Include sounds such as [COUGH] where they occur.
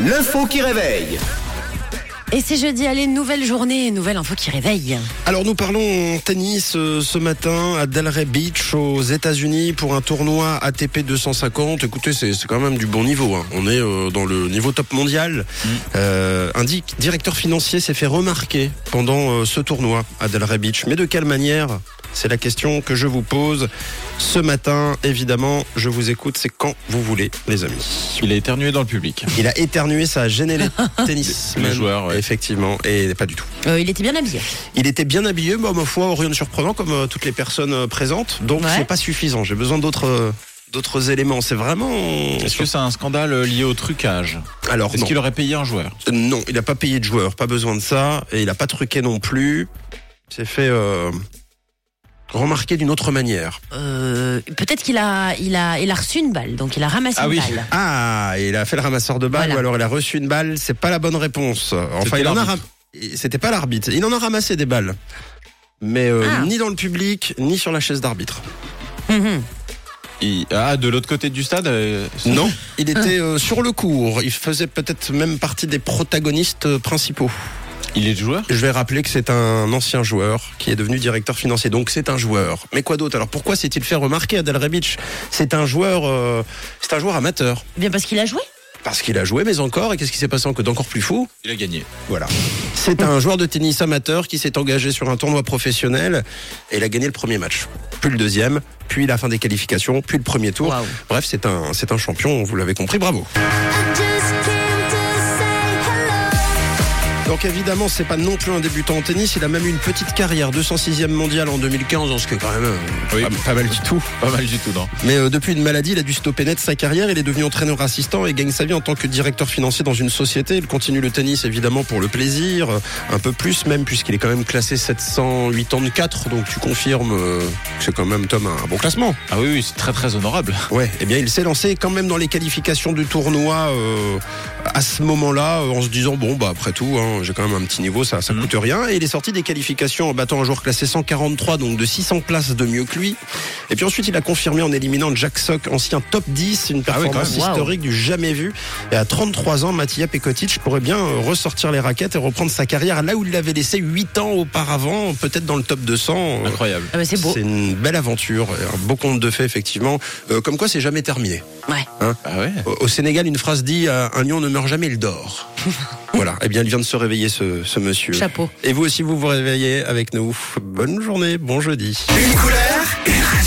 L'info qui réveille. Et c'est jeudi, allez, nouvelle journée, nouvelle info qui réveille. Alors nous parlons tennis euh, ce matin à Delray Beach aux États-Unis pour un tournoi ATP 250. Écoutez, c'est c'est quand même du bon niveau. hein. On est euh, dans le niveau top mondial. Mm. Euh, un di- directeur financier s'est fait remarquer pendant euh, ce tournoi à Delray Beach. Mais de quelle manière C'est la question que je vous pose ce matin. Évidemment, je vous écoute. C'est quand vous voulez, les amis. Il a éternué dans le public. Il a éternué, ça a gêné les [LAUGHS] tennismen. Les joueurs, ouais. Effectivement, et pas du tout. Euh, il était bien habillé. Il était bien habillé, bah, ma foi, rien de surprenant, comme euh, toutes les personnes euh, présentes. Donc, Ouais. c'est pas suffisant. J'ai besoin d'autres. euh, D'autres éléments, c'est vraiment. Est-ce que c'est un scandale euh, lié au trucage Alors Est-ce non, qu'il aurait payé un joueur Euh, non, il n'a pas payé de joueur, pas besoin de ça, et il n'a pas truqué non plus. Il s'est fait euh, remarquer d'une autre manière. Euh, Peut-être qu'il a, il a, il a reçu une balle, donc il a ramassé Ah une oui. balle. Ah, il a fait le ramasseur de balles Voilà. ou alors il a reçu une balle, c'est pas la bonne réponse. Enfin, C'était il en a l'arbitre. ram- c'était pas l'arbitre, il en a ramassé des balles. Mais euh, Ah. ni dans le public, ni sur la chaise d'arbitre. Mhm. Il- Ah, de l'autre côté du stade euh, Non, il était euh, sur le cours. Il faisait peut-être même partie des protagonistes euh, principaux. Il est joueur Je vais rappeler que c'est un ancien joueur qui est devenu directeur financier. Donc c'est un joueur. Mais quoi d'autre Alors pourquoi s'est-il fait remarquer à Delray Beach C'est un joueur, euh, c'est un joueur amateur. Eh Bien parce qu'il a joué. Parce qu'il a joué, mais encore. Et qu'est-ce qui s'est passé encore d'encore plus fou Il a gagné. Voilà. C'est un joueur de tennis amateur qui s'est engagé sur un tournoi professionnel et il a gagné le premier match, puis le deuxième, puis la fin des qualifications, puis le premier tour. Waouh. Bref, c'est un, c'est un champion. Vous l'avez compris. Bravo. Donc évidemment, c'est pas non plus un débutant en tennis. Il a même eu une petite carrière, 206e mondial en 2015, en ce qui est quand même euh, Oui. pas, pas mal du tout. Pas mal du tout, non Mais euh, depuis une maladie, il a dû stopper net sa carrière. Il est devenu entraîneur assistant et gagne sa vie en tant que directeur financier dans une société. Il continue le tennis évidemment pour le plaisir, euh, un peu plus même puisqu'il est quand même classé 784. Donc tu confirmes euh, que c'est quand même Tom un bon classement. Ah oui, oui, c'est très très honorable. Ouais, eh bien, il s'est lancé quand même dans les qualifications du tournoi euh, à ce moment-là, euh, en se disant bon bah après tout, hein, j'ai quand même un petit niveau, ça Mhm. ça coûte rien. Et il est sorti des qualifications en battant un joueur classé 143, donc de 600 places de mieux que lui. Et puis ensuite, il a confirmé en éliminant Jack Sock, ancien top 10, une Ah ouais, quand performance même. Wow. historique du jamais vu. Et à 33 ans, Matija Pekotic pourrait bien euh, ressortir les raquettes et reprendre sa carrière là où il l'avait laissé 8 ans auparavant, peut-être dans le top 200. euh, Incroyable. Ah bah, c'est beau. c'est une belle aventure, un beau conte de fées effectivement. Euh, comme quoi, c'est jamais terminé. hein. Ouais. Ah ouais Au, au Sénégal, une phrase dit euh, un lion ne meurt jamais, [LAUGHS] il dort. voilà. Eh bien, il vient de se réveiller, ce, ce monsieur. Chapeau. Et vous aussi, vous vous réveillez avec nous. Bonne journée, bon jeudi. Une couleur, une radio.